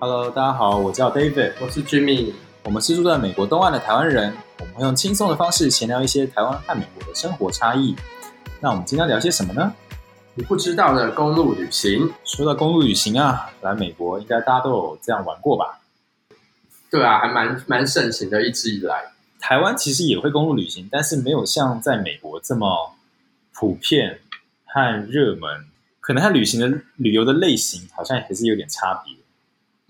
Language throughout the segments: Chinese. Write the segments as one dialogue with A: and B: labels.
A: Hello，大家好，我叫 David，
B: 我是 Jimmy，
A: 我们是住在美国东岸的台湾人，我们会用轻松的方式闲聊一些台湾和美国的生活差异。那我们今天要聊些什么呢？
B: 你不知道的公路旅行。
A: 说到公路旅行啊，来美国应该大家都有这样玩过吧？
B: 对啊，还蛮蛮盛行的，一直以来。
A: 台湾其实也会公路旅行，但是没有像在美国这么普遍和热门，可能和旅行的旅游的类型好像还是有点差别。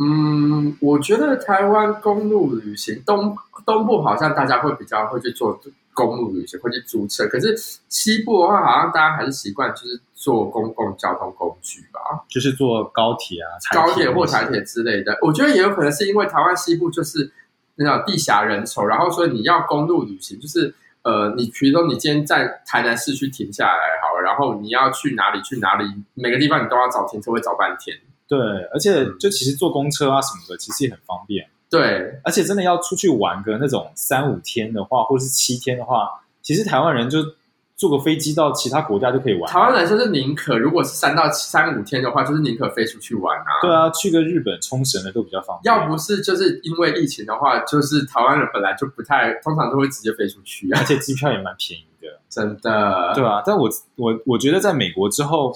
B: 嗯，我觉得台湾公路旅行东东部好像大家会比较会去做公路旅行，会去租车。可是西部的话，好像大家还是习惯就是坐公共交通工具吧，
A: 就是坐高铁啊、台
B: 高铁或
A: 那些
B: 台铁之类的。我觉得也有可能是因为台湾西部就是那种地狭人稠，然后所以你要公路旅行，就是呃，你比如说你今天在台南市区停下来好了，然后你要去哪里去哪里，每个地方你都要找停车位找半天。
A: 对，而且
B: 嗯
A: 就其实坐公车啊什么的，其实也很方便。
B: 对，
A: 而且真的要出去玩个那种三五天的话，或者是七天的话，其实台湾人就坐个飞机到其他国家就可以玩。
B: 台湾人就是宁可，如果是三到七三五天的话，就是宁可飞出去玩啊。
A: 对啊，去个日本、冲绳的都比较方便。
B: 要不是就是因为疫情的话，就是台湾人本来就不太，通常都会直接飞出去啊
A: 而，且机票也蛮便宜 的，
B: 真的。
A: 对啊，但我我我觉得在美国之后，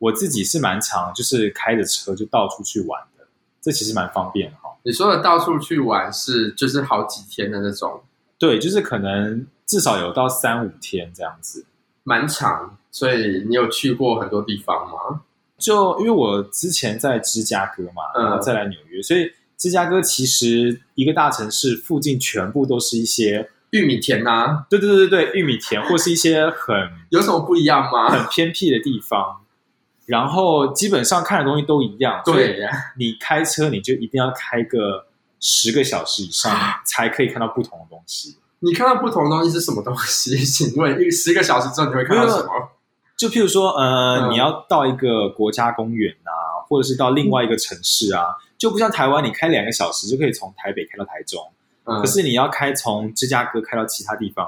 A: 我自己是蛮常就是开着车就到处去玩的，这其实蛮方便的哈。
B: 你说的到处去玩是就是好几天的那种，
A: 对，就是可能至少有到三五天这样子。
B: 蛮长。所以你有去过很多地方吗？
A: 就因为我之前在芝加哥嘛，
B: 嗯
A: 然后再来纽约，所以芝加哥其实一个大城市附近全部都是一些，
B: 玉米田啊，
A: 对对对对对，玉米田或是一些很
B: 有什么不一 样吗？
A: 很偏僻的地方，然后基本上看的东西都一样，所以
B: 对，
A: 你开车你就一定要开个十个小时以上 才可以看到不同的东西。
B: 你看到不同的东西是什么东西？ 请问一十个小时之后你会看到什
A: 没
B: 么？
A: 就譬如说，呃，
B: 嗯
A: 你要到一个国家公园啊，或者是到另外一个城市啊，就不像台湾，你开两个小时就可以从台北开到台中。
B: 嗯
A: 可，是你要开从芝加哥开到其他地方，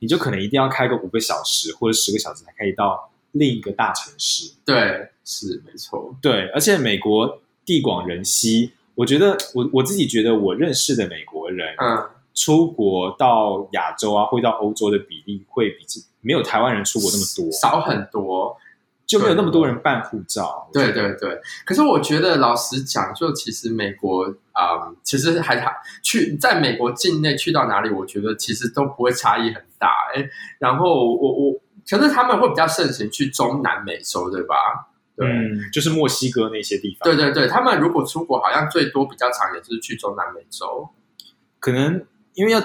A: 你就可能一定要开个五个小时或者十个小时才可以到另一个大城市。
B: 对，是没错。
A: 对，而且美国地广人稀，我觉得我我自己觉得我认识的美国人、
B: 嗯，
A: 出国到亚洲啊，或到欧洲的比例会比之没有台湾人出国那么多，
B: 少很多。
A: 就没有那么多人办护照。我觉
B: 对
A: 得，
B: 对对，可是我觉得老实讲，就其实美国啊、嗯其实还还去在美国境内去到哪里，我觉得其实都不会差异很大。哎，然后我我可是他们会比较盛行去中南美洲，对吧？对、
A: 嗯，就是墨西哥那些地方，
B: 对对对，他们如果出国，好像最多比较常也就是去中南美洲。
A: 可能因为要，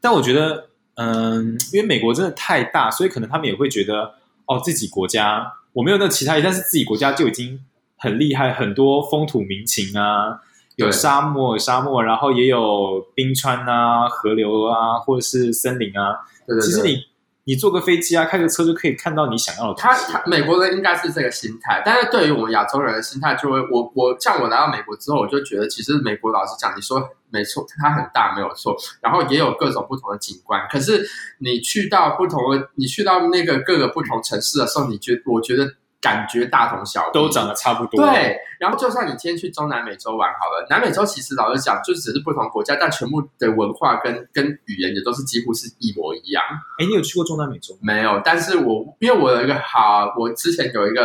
A: 但我觉得，嗯，因为美国真的太大，所以可能他们也会觉得，哦，自己国家我没有那其他，但是自己国家就已经很厉害，很多风土民情啊，有
B: 对
A: 沙漠，有沙漠，然后也有冰川啊、河流啊，或者是森林啊。
B: 对对对，
A: 其实你你坐个飞机啊，开个车就可以看到你想要的东
B: 他
A: 西。
B: 他美国人应该是这个心态，但是对于我们亚洲人的心态，就会我我像我来到美国之后，我就觉得其实美国老实讲，你说没错，它很大没有错，然后也有各种不同的景观。可是你去到不同的，你去到那个各个不同城市的时候，你觉我觉得感觉大同小异，
A: 都长得差不多，，
B: 对，然后就算你今天去中南美洲玩好了，南美洲其实老实讲，就只是不同国家，但全部的文化跟跟语言也都是几乎是一模一样。
A: 哎，你有去过中南美洲吗？
B: 没有，但是我因为我有一个好，我之前有一个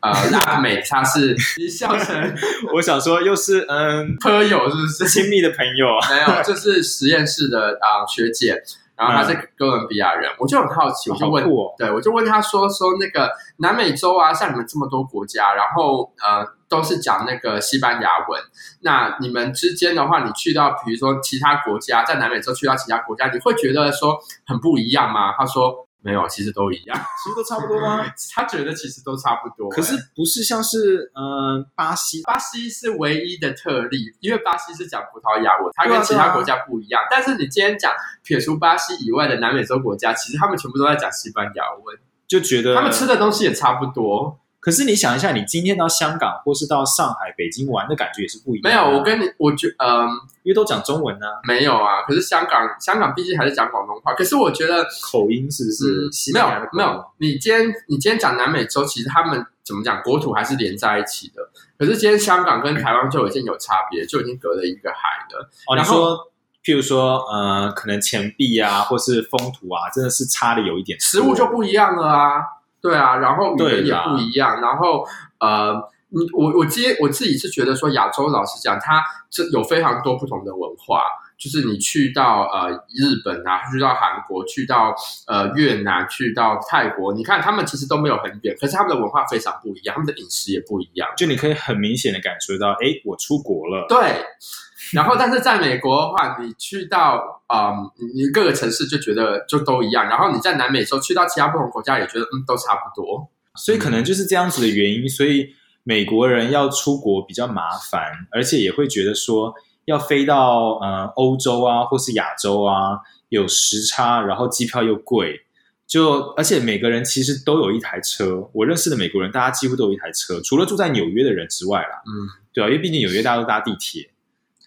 B: 呃辣妹，她是一笑成
A: 我想说，又是嗯，
B: 喝友，是不是？
A: 亲密的朋友啊，
B: 没有，就是实验室的啊、呃学姐，然后她是哥伦比亚人，我就很好奇，我就
A: 好
B: 问，
A: 酷哦。
B: 对我就问她说说那个南美洲啊，像你们这么多国家，然后呃都是讲那个西班牙文，那你们之间的话，你去到比如说其他国家，在南美洲去到其他国家，你会觉得说很不一样吗？她说没有，其实都一样。
A: 其实都差不多啊吗？
B: 他觉得其实都差不多、
A: 嗯可是
B: 欸
A: 不是像是嗯、呃巴西
B: 巴西是唯一的特例，因为巴西是讲葡萄牙文，它
A: 对啊
B: 跟其他国家不一样。但是你今天讲撇除巴西以外的南美洲国家，其实他们全部都在讲西班牙文，
A: 就觉得
B: 他们吃的东西也差不多。
A: 可是你想一下，你今天到香港或是到上海、北京玩的感觉也是不一样
B: 没
A: 的啊、
B: 有，我跟你，我觉，嗯、
A: 因为都讲中文呢、
B: 没有啊。可是香港，香港毕竟还是讲广东话。可是我觉得，
A: 口音是不是
B: 嗯
A: 西，
B: 没
A: 班
B: 有
A: 牙的口音？
B: 没有，你今天你今天讲南美洲，其实他们怎么讲，国土还是连在一起的。可是今天香港跟台湾就已经有差别，就已经隔了一个海了。
A: 哦，你
B: 然后
A: 说，譬如说，呃，可能钱币啊，或是风土啊，真的是差的有一点多。
B: 食物就不一样了啊，对啊，然后语
A: 对
B: 言也
A: 啦
B: 不一样，然后呃。你我我接我自己是觉得说亚洲老实讲，它这有非常多不同的文化，就是你去到呃日本啊，去到韩国，去到呃越南，去到泰国，你看他们其实都没有很远，可是他们的文化非常不一样，他们的饮食也不一样。
A: 就你可以很明显的感受到，哎，我出国了。
B: 对，然后但是在美国的话，你去到啊、嗯你各个城市就觉得就都一样，然后你在南美洲去到其他不同国家也觉得嗯都差不多。
A: 所以可
B: 嗯
A: 能就是这样子的原因，所以美国人要出国比较麻烦，而且也会觉得说要飞到呃欧洲啊，或是亚洲啊，有时差，然后机票又贵。就而且每个人其实都有一台车，我认识的美国人，大家几乎都有一台车，除了住在纽约的人之外啦。
B: 嗯，
A: 对啊，因为毕竟纽约大家都搭地铁，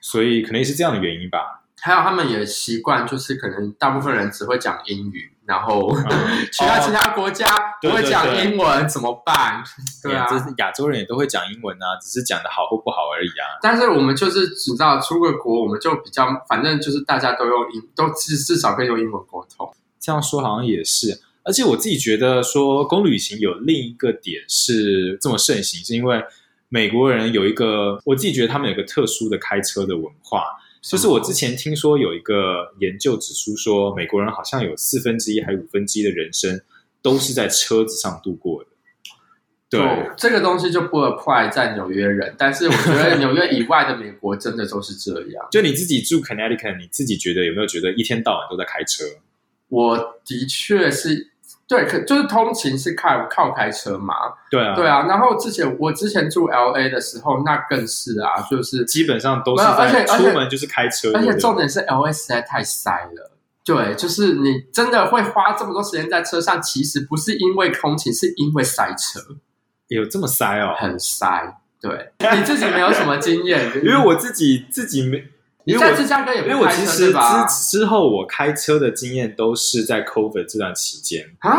A: 所以可能也是这样的原因吧。
B: 还有他们也习惯就是可能大部分人只会讲英语，然后
A: 嗯
B: 去到其他国家不
A: 对
B: 会
A: 对
B: 讲
A: 对
B: 英文怎么办？ 对啊，
A: 就是亚洲人也都会讲英文啊，只是讲的好或不好而已啊。
B: 但是我们就是你知道出个国，我们就比较反正就是大家都用英，都至至少可以用英文沟通。
A: 这样说好像也是，而且我自己觉得说公旅行有另一个点是这么盛行，是因为美国人有一个，我自己觉得他们有一个特殊的开车的文化。就是我之前听说有一个研究指出说，美国人好像有四分之一还是五分之一的人生都是在车子上度过的。对，
B: 就这个东西就不 apply 在纽约人，但是我觉得纽约以外的美国真的都是这样。
A: 就你自己住 Connecticut，你自己觉得有没有觉得一天到晚都在开车？
B: 我的确是对，可就是通勤是靠靠开车嘛，
A: 对啊，
B: 对，啊。然后之前我之前住 L A 的时候，那更是啊，就是
A: 基本上都是
B: 没有而且
A: 在
B: 而且
A: 出门就是开车，对
B: 而且
A: 不对
B: 重点是 L A 实在太塞了。对，就是你真的会花这么多时间在车上，其实不是因为通勤，是因为塞车，
A: 有这么塞 哦。
B: 很塞。 对，你自己没有什么经验，
A: 因为我自己自己没，
B: 你
A: 因为
B: 在
A: 我
B: 芝加哥也
A: 因为
B: 不
A: 我
B: 开
A: 其
B: 车
A: 实
B: 对
A: 之
B: 吧？
A: 之后我开车的经验都是在 COVID 这段期间，
B: 啊，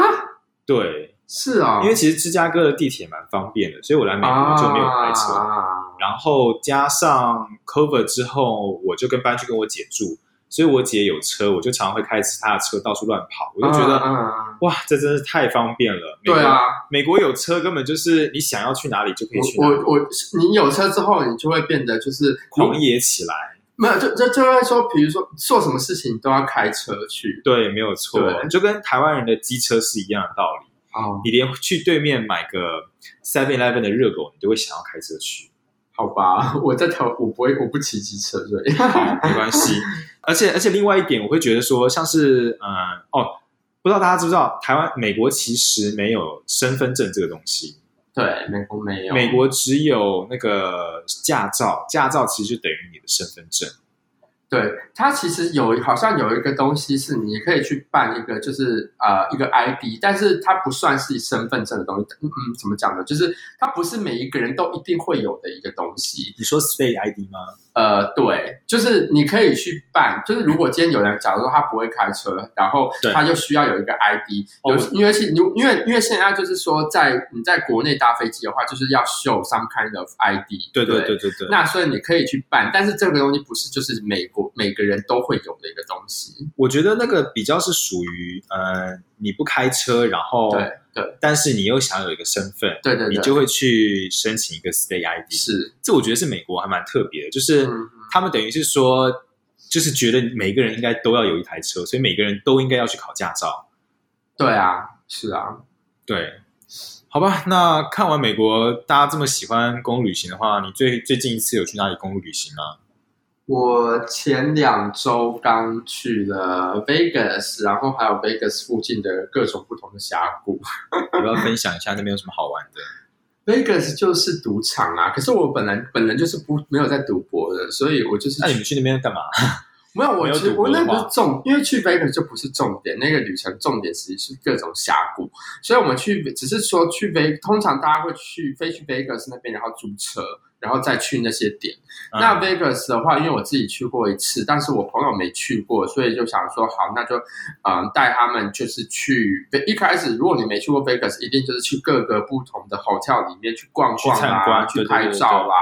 A: 对，
B: 是哦，
A: 因为其实芝加哥的地铁蛮方便的，所以我来美国就没有开车。
B: 啊
A: 然后加上 COVID 之后，我就跟搬去跟我姐住，所以我姐有车，我就常会开着她的车到处乱跑，我就觉得、
B: 嗯嗯嗯
A: 哇，这真是太方便了。美国
B: 对啊，
A: 美国有车根本就是你想要去哪里就可以去
B: 我
A: 哪
B: 我
A: 里，
B: 我，你有车之后，你就会变得就是
A: 狂野起来。
B: 没有，就就就会说，比如说做什么事情都要开车去
A: 对，没有错
B: 对，
A: 就跟台湾人的机车是一样的道理。
B: 哦，
A: 你连去对面买个 Seven Eleven 的热狗，你都会想要开车去。
B: 好吧， 我在台湾我不会我不骑机车，所以
A: 好，没关系。而且而且另外一点，我会觉得说，像是嗯哦，不知道大家知不知道，台湾美国其实没有身份证这个东西，
B: 对美国没有
A: 美国只有那个驾照，驾照其实就等于你的身份证。
B: 对它其实有好像有一个东西是你可以去办一个就是呃一个 ID，但是它不算是身份证的东西，嗯嗯，怎么讲呢？就是它不是每一个人都一定会有的一个东西，
A: 你说 State ID 吗？
B: 呃，对，就是你可以去办，就是如果今天有人，假如说他不会开车，然后
A: 对
B: 他就需要有一个 ID，
A: 哦
B: 有因为是你因为因为现在就是说在你在国内搭飞机的话，就是要 show some kind of ID，
A: 对
B: 对
A: 对对对对。
B: 那所以你可以去办，但是这个东西不是就是美国每个人都会有的一个东西，
A: 我觉得那个比较是属于呃，你不开车，然后
B: 对对
A: 但是你又想有一个身份，
B: 对对
A: 你
B: 对，
A: 就会去申请一个 State ID。
B: 是，
A: 这我觉得是美国还蛮特别的，就是
B: 嗯
A: 他们等于是说，就是觉得每个人应该都要有一台车，所以每个人都应该要去考驾照。
B: 对啊，是啊，
A: 对，好吧，那看完美国，大家这么喜欢公路旅行的话，你最最近一次有去哪里公路旅行 吗？
B: 我前两周刚去了 Vegas，然后还有 Vegas 附近的各种不同的峡谷。
A: 要不要分享一下那边有什么好玩的？
B: Vegas 就是赌场啊，可是我本来本人就是不没有在赌博的，所以我就是
A: 那你们去那边干嘛？
B: 没有，我
A: 没有
B: 其实
A: 赌博
B: 我
A: 的
B: 那不
A: 话
B: 是重，因为去 Vegas 就不是重点，那个旅程重点其实是各种峡谷，所以我们去只是说去 Vegas，通常大家会去飞去 Vegas 那边，然后租车，然后再去那些点。
A: 嗯
B: 那 Vegas 的话，因为我自己去过一次，但是我朋友没去过，所以就想说好，那就嗯带他们就是去。一开始如果你没去过 Vegas，一定就是去各个不同的 hotel 里面去逛逛
A: 去参
B: 啦，
A: 观
B: 去
A: 对对
B: 拍
A: 对对
B: 照啦，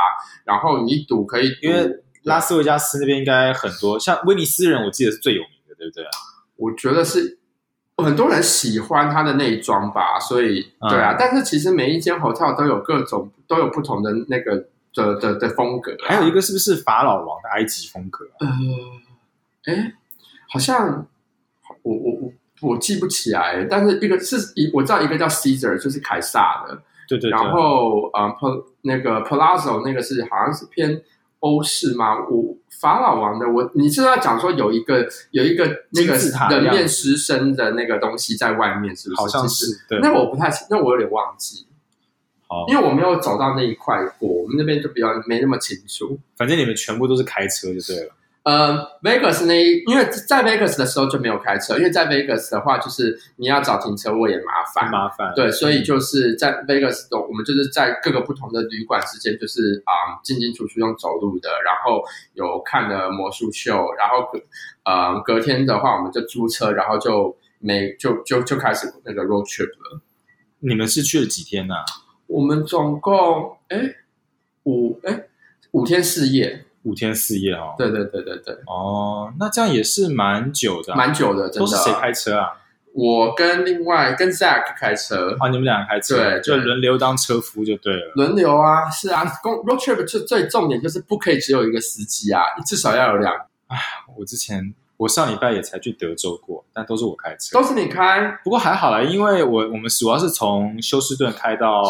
B: 然后你赌可以赌，
A: 因为拉斯维加斯那边应该很多，像威尼斯人，我记得是最有名的，对不对？
B: 我觉得是很多人喜欢它的内装吧，所以
A: 嗯
B: 对啊。但是其实每一间 hotel 都有各种都有不同的那个的的的风格、啊，
A: 还有一个是不是法老王的埃及风格啊？
B: 呃，哎，好像我我我我记不起来，但是一个是一我知道一个叫 Caesar，就是凯撒的，
A: 对对对，
B: 然后呃 p 那个 Palazzo 那个是好像是偏欧式吗？我法老王的我，你是要讲说有一个有一个那个
A: 金字塔的样
B: 人
A: 子
B: 面狮身的那个东西在外面，是不是？
A: 好像
B: 其实。
A: 是对，
B: 那我不太清，那我有点忘记，
A: 好，
B: 因为我没有走到那一块过，我们那边就比较没那么清楚。
A: 反正你们全部都是开车就对了。
B: 呃，Vegas 那一，因为在 Vegas 的时候就没有开车，因为在 Vegas 的话，就是你要找停车位也麻烦，
A: 很麻烦。嗯
B: 对，所以就是在 Vegas 的，我们就是在各个不同的旅馆之间，就是啊、进进出出用走路的，然后有看的魔术秀，然后隔呃隔天的话，我们就租车，然后就每就就就开始那个 road trip 了。
A: 你们是去了几天呢、啊
B: 我们总共哎五哎五天四夜，
A: 五天四夜哦。
B: 对对对对对，
A: 哦，那这样也是蛮久的啊、
B: 蛮久的，真
A: 都是谁
B: 的。
A: 开车啊？
B: 我跟另外跟 Zack 开车，
A: 啊，你们俩开车，
B: 对
A: 就
B: 对
A: 轮流当车夫就对了。
B: 轮流啊，是啊，公 road trip 最最重点就是不可以只有一个司机啊，至少要有两个，
A: 我之前我上礼拜也才去德州过，但都是我开车
B: 都。是你开，
A: 不过还好啦，因为我我们主要是从休斯顿开到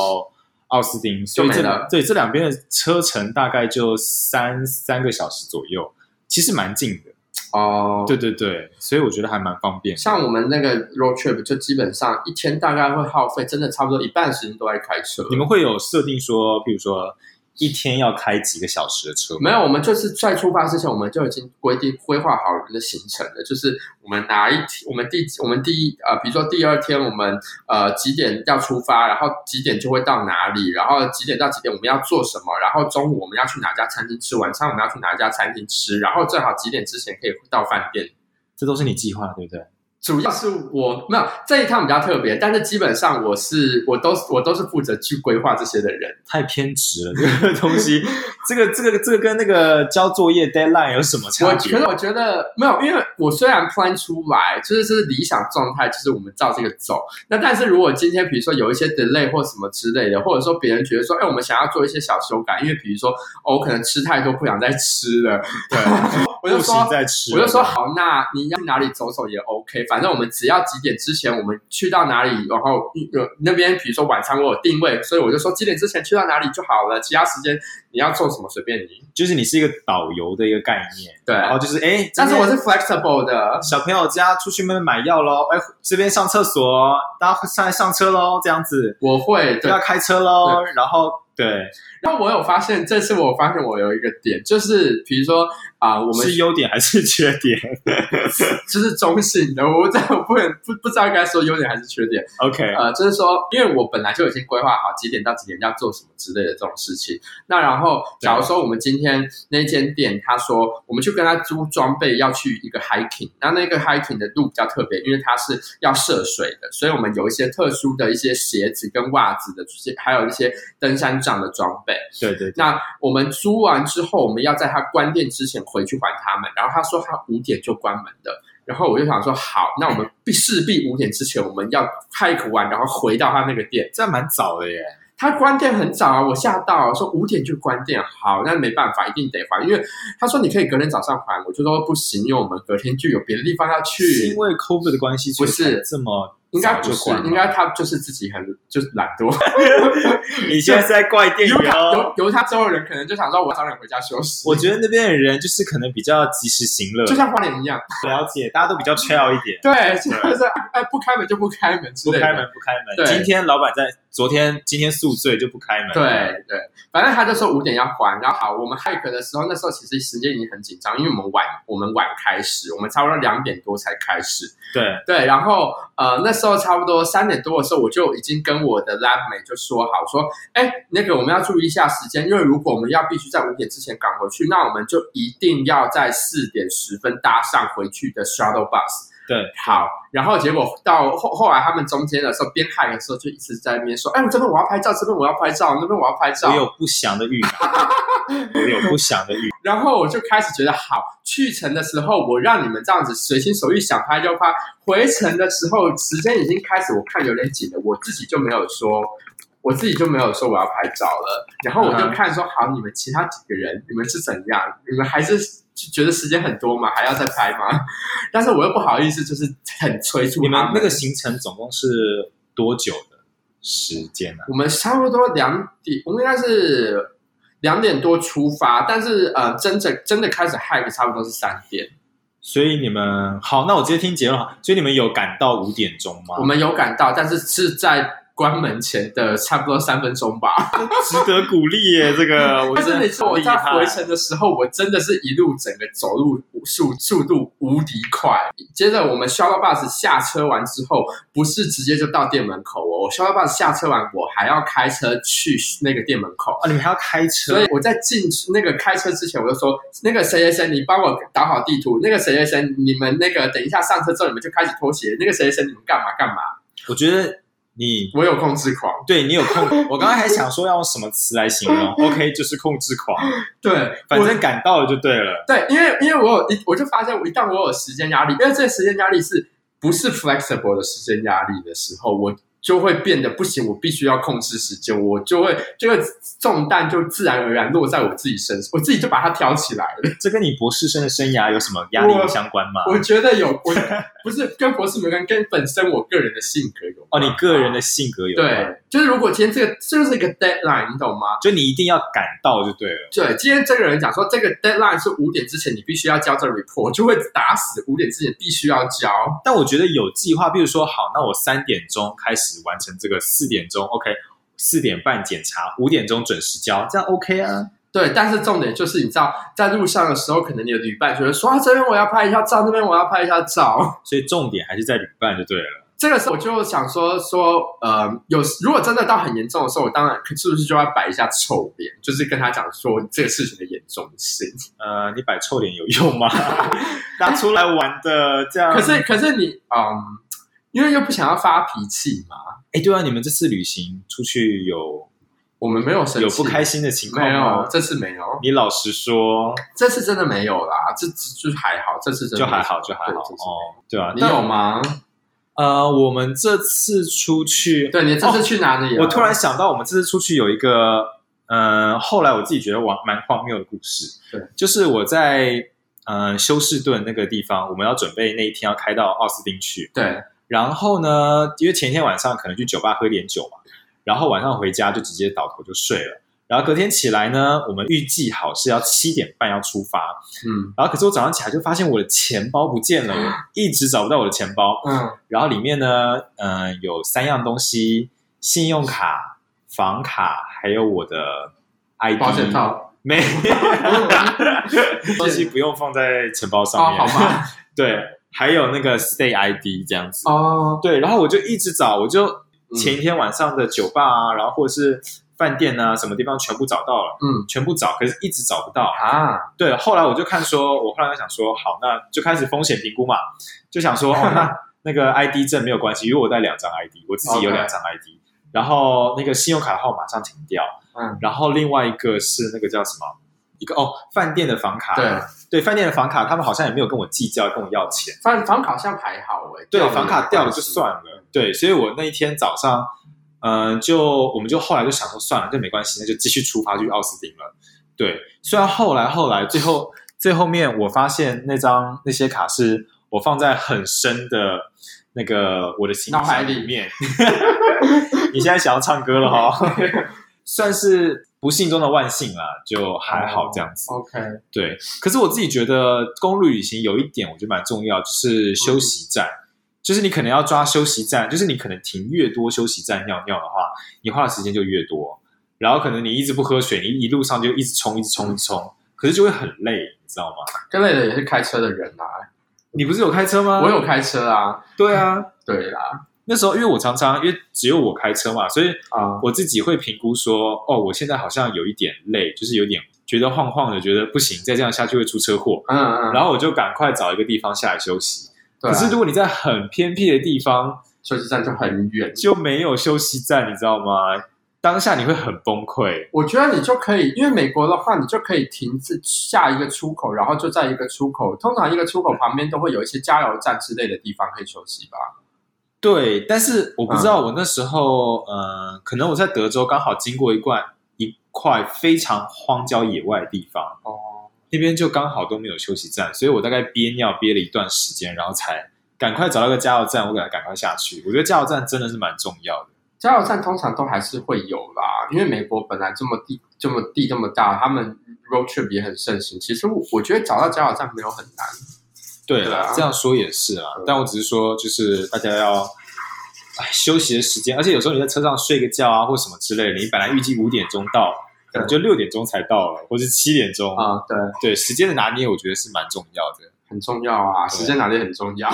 A: 奥斯汀，所以
B: 就没
A: 这
B: 了
A: 对这两边的车程大概就三三个小时左右，其实蛮近的。
B: 哦，
A: 对，对对，所以我觉得还蛮方便的。
B: 像我们那个 road trip 就基本上一天大概会耗费真的差不多一半时间都在开车。
A: 你们会有设定说，比如说一天要开几个小时的车吗？
B: 没有，我们就是在出发之前，我们就已经规定规划好我们的行程了。就是我们哪一天，我们第我们第一呃，比如说第二天我们呃几点要出发，然后几点就会到哪里，然后几点到几点我们要做什么，然后中午我们要去哪家餐厅吃，晚餐我们要去哪家餐厅吃，然后正好几点之前可以到饭店
A: 这都是你计划的，对不对？
B: 主要是我没有这一趟比较特别，但是基本上我是我都我都是负责去规划这些的人。
A: 太偏执了，这个东 西，这个这个这个跟那个交作业 deadline 有什么差
B: 我觉
A: 别？
B: 得我觉得没有，因为我虽然 plan 出来，就是这是理想状态，就是我们照这个走。那但是如果今天比如说有一些 delay 或什么之类的，或者说别人觉得说，哎，我们想要做一些小修改，因为比如说哦，我可能吃太多不想再吃了，
A: 对，
B: 我就
A: 不
B: 说
A: 行再吃
B: 我
A: 了，
B: 就说好，那你要去哪里走走也 OK，反正我们只要几点之前我们去到哪里，然后有那边比如说晚餐我有定位，所以我就说几点之前去到哪里就好了，其他时间你要做什么随便你。
A: 就是你是一个导游的一个概念，
B: 对，
A: 然后就是哎，今
B: 但是
A: 天
B: 我是 flexible 的，
A: 小朋友家出去们买药喽，哎，这边上厕所哦，大家上来上车喽，这样子
B: 我会对
A: 要。开车喽，然后对，
B: 然后我有发现，这次我发现我有一个点，就是比如说啊、我
A: 我
B: 们
A: 是优点还是 缺点
B: 就是中性的，我这我不能不不知道该说优点还是缺点。
A: ？OK，
B: 呃，就是说，因为我本来就已经规划好几点到几点要做什么之类的这种事情。那然后，假如说我们今天那间店，他说我们去跟他租装备要去一个 hiking，那那个 hiking 的路比较特别，因为它是要涉水的，所以我们有一些特殊的一些鞋子跟袜子的，还有一些登山杖的装备。
A: 对对对，
B: 那我们租完之后，我们要在他关店之前回去还他们。然后他说他五点就关门的，然后我就想说好，那我们必势必五点之前我们要 hike 完，然后回到他那个店。
A: 这样蛮早的耶，
B: 他关店很早啊，我吓到我说五点就关店，好，那没办法，一定得还，因为他说你可以隔天早上还，我就说不行，因为我们隔天就有别的地方要去。
A: 是因为 COVID 的关系，所以
B: 不是
A: 才这么
B: 应该不
A: 早就是关，了
B: 应该他就是自己很就是懒 惰，
A: 你现在是在怪店
B: 犹
A: 员
B: 他
A: 哦。
B: 犹犹他州的人可能就想说，我要早点回家休息，
A: 我觉得那边的人就是可能比较及时行乐，
B: 就嗯像花莲一样，
A: 了解，大家都比较 chill 一点，
B: 对，就是哎不开门就不开门之
A: 不
B: 类的，
A: 开门不开门。
B: 对
A: 今天老板在，昨天今天宿醉就不开门。
B: 对对，反正他就说五点要还。然后好，我们 hike 的时候，那时候其实时间已经很紧张，因为我们晚我们晚开始，我们差不多两点多才开始。
A: 对，
B: 对，然后呃那时候差不多三点多的时候，我就已经跟我的 lab 妹就说好说，哎，那个我们要注意一下时间，因为如果我们要必须在五点之前赶回去，那我们就一定要在四点十分搭上回去的 shuttle bus。
A: 对，
B: 好，然后结果到后后来他们中间的时候，边嗨的时候就一直在那边说，哎，我这边我要拍照，这边我要拍照，那边我要拍照
A: 我，有不祥的 预感，我有不祥的预感。
B: 然后我就开始觉得好，去程的时候我让你们这样子随心所欲想拍就拍，回程的时候时间已经开始我看有点紧了，我自己就没有说，我自己就没有说我要拍照了。然后我就
A: 嗯哼
B: 看说好，你们其他几个人你们是怎样？你们还是觉得时间很多吗？还要再拍吗？ 但是我又不好意思，就是很催促
A: 你
B: 他
A: 们那个行程总共是多久的时间啊呢、
B: 我们差不多两点，我们应该是两点多出发，但是呃，真正真的开始 hike 差不多是三点。
A: 所以你们好，那我直接听结论好。所以你们有赶到五点钟吗？
B: 我们有赶到，但是是在关门前的差不多三分钟吧。
A: 值得鼓励耶，这个我
B: 但是
A: 真
B: 你
A: 的
B: 说我
A: 很厉
B: 在
A: 害。
B: 回程的时候，我真的是一路整个走路速速度无敌快。接着我们 shuttle bus 下车完之后，不是直接就到店门口哦。我 shuttle bus 下车完，我还要开车去那个店门口。
A: 啊，你们还要开车
B: 所以我在进去那个开车之前，我就说那个谁谁谁，你帮我导好地图。那个谁谁谁，你们那个等一下上车之后，你们就开始脱鞋。那个谁谁谁，你们干嘛干嘛？
A: 我觉得你
B: 我有控制狂。
A: 对你有控，我刚刚还想说要用什么词来形容，OK，就是控制狂，
B: 对，
A: 反
B: 我
A: 正赶到了就对了。
B: 对，因为因为我有一，我就发现我一旦我有时间压力，因为这个时间压力是不是 flexible 的时间压力的时候，我就会变得不行，我必须要控制时间，我就会这个重担就自然而然落在我自己身上，我自己就把它挑起来了。
A: 这跟你博士生的生涯有什么压力
B: 我
A: 相关吗？
B: 我觉得有， 我不是跟博士没关，跟本身我个人的性格有
A: 哦，
B: 关
A: 你个人的性格有关，
B: 对，就是如果今天这个这就是一个 deadline，你懂吗？
A: 就你一定要赶到就对了。
B: 对，今天这个人讲说，这个 deadline 是五点之前你必须要交这个 report，我就会打死五点之前必须要交。
A: 但我觉得有计划，比如说，好，那我三点钟开始完成这个，四点钟 OK，四点半检查，五点钟准时交，这样 OK 啊？
B: 对，但是重点就是，你知道，在路上的时候，可能你的旅伴觉得说啊，这边我要拍一下照，那边我要拍一下照。
A: 所以重点还是在旅伴就对了。
B: 这个时候我就想说说，呃，有如果真的到很严重的时候，我当然是不是就要摆一下臭脸，就是跟他讲说这个事情的严重性。
A: 呃，你摆臭脸有用吗？ 拿出来玩的这样。
B: 可是可是你，嗯，因为又不想要发脾气嘛，
A: 哎，对啊，你们这次旅行出去有
B: 我们没有生气，
A: 有不开心的情况
B: 没有
A: 吗，？
B: 这次没有，
A: 你老实说，
B: 这次真的没有啦，这次就是还好，这次真的
A: 就还
B: 没
A: 好，
B: 什么
A: 就还
B: 对
A: 好
B: 这次没有
A: 哦，对啊。
B: 你
A: 但
B: 有吗？
A: 呃，我们这次出去，
B: 对你这次去哪里、啊
A: 哦我突然想到，我们这次出去有一个，呃，后来我自己觉得蛮蛮荒谬的故事。
B: 对，
A: 就是我在呃休斯顿那个地方，我们要准备那一天要开到奥斯汀去。
B: 对
A: 然后呢，因为前一天晚上可能去酒吧喝点酒嘛，然后晚上回家就直接倒头就睡了。然后隔天起来呢，我们预计好是要七点半要出发，
B: 嗯
A: 然后可是我早上起来就发现我的钱包不见了，我
B: 啊
A: 一直找不到我的钱包。
B: 嗯。
A: 然后里面呢，呃，有三样东西：信用卡、房卡，还有我的 ID
B: 保险。套。
A: 没 东西
B: 哦，
A: 不用放在钱包 上面，
B: 好吧，
A: 对，还有那个 Stay ID 这样子。
B: 哦，
A: 对，然后我就一直找，我就
B: 嗯
A: 前一天晚上的酒吧啊，然后或者是饭店啊，什么地方全部找到了，
B: 嗯
A: 全部找，可是一直找不到。
B: 啊，
A: 对，后来我就看说，我后来就想说，好，那就开始风险评估嘛，就想说，哦， 那那个 ID 证没有关系，因为我带两张 ID，我自己有
B: OK
A: 两张 ID，、然后那个信用卡号马上停掉，
B: 嗯，
A: 然后另外一个是那个叫什么？一个哦，饭店的房卡，
B: 对，
A: 对饭店的房卡，他们好像也没有跟我计较，跟我要钱。
B: 反房卡好像还好哎，
A: 对
B: 掉，了
A: 房卡
B: 没
A: 掉了
B: 关
A: 就
B: 系
A: 算了。对，所以我那一天早上，嗯、就我们就后来就想说，算了，这没关系，那就继续出发去奥斯汀了。对，虽然后来后来最后最后面，我发现那张那些卡是我放在很深的那个我的心
B: 脑海
A: 海
B: 里
A: 里面。 你现在想要唱歌了 哈，算是不幸中的万幸啦，就还好这样子。
B: OK，
A: 对，可是我自己觉得公路旅行有一点我觉得蛮重要，就是休
B: 嗯
A: 息站，就是你可能要抓休息站，就是你可能停越多休息站尿尿的话，你花的时间就越多，然后可能你一直不喝水，你一路上就一直冲，一直冲，一直冲，可是就会很累，你知道吗？
B: 更累的也是开车的人啊，
A: 你不是有开车吗？
B: 我有开车啊，
A: 对啊，
B: 对啦，
A: 那时候因为我常常因为只有我开车嘛，所以
B: 啊、
A: 我自己会评估说，哦，我现在好像有一点累，就是有点觉得晃晃的，觉得不行，再这样下去会出车祸。
B: 嗯嗯，
A: 然后我就赶快找一个地方下来休息。
B: 对啊
A: 可是如果你在很偏僻的地方，
B: 休息站就很远，
A: 就没有休息站，你知道吗？当下你会很崩溃。
B: 我觉得你就可以，因为美国的话，你就可以停自下一个出口，然后就在一个出口，通常一个出口旁边都会有一些加油站之类的地方可以休息吧。
A: 对，但是我不知道，我那时候，呃，可能我在德州刚好经过一块一块非常荒郊野外的地方，
B: 哦，
A: 那边就刚好都没有休息站，所以我大概憋尿憋了一段时间，然后才赶快找到一个加油站，我赶赶快下去。我觉得加油站真的是蛮重要的。
B: 加油站通常都还是会有啦，因为美国本来这么地这么地这么大，他们 road trip 也很盛行。其实我我觉得找到加油站没有很难。
A: 对
B: 对啊嗯
A: 啦，这样说也是啊
B: 对，
A: 但我只是说，就是大家要哎休息的时间，而且有时候你在车上睡个觉啊，或什么之类的，你本来预计五点钟到，可能就六点钟才到了，或是七点钟。
B: 嗯啊、对，
A: 对时间的拿捏，我觉得是蛮重要的。
B: 很重要啊，
A: 对
B: 时间哪里很重要。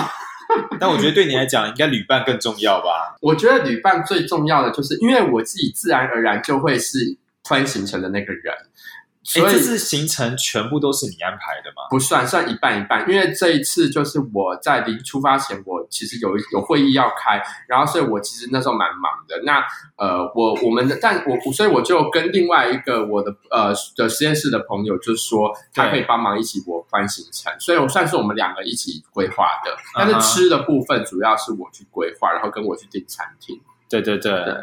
A: 但我觉得对你来讲，应该旅伴更重要吧？
B: 我觉得旅伴最重要的就是，因为我自己自然而然就会是穿行程的那个人，
A: 哎，
B: 所以
A: 这次行程全部都是你安排的吗？
B: 不算，算一半一半，因为这一次就是我在临出发前，我其实有有会议要开，然后所以我其实那时候蛮忙的。那呃，我我们的，但我所以我就跟另外一个我的呃的实验室的朋友，就是说他
A: 对
B: 可以帮忙一起我翻行程，所以我算是我们两个一起规划的。但是
A: 嗯哼
B: 吃的部分主要是我去规划，然后跟我去订餐厅。
A: 对对对，
B: 对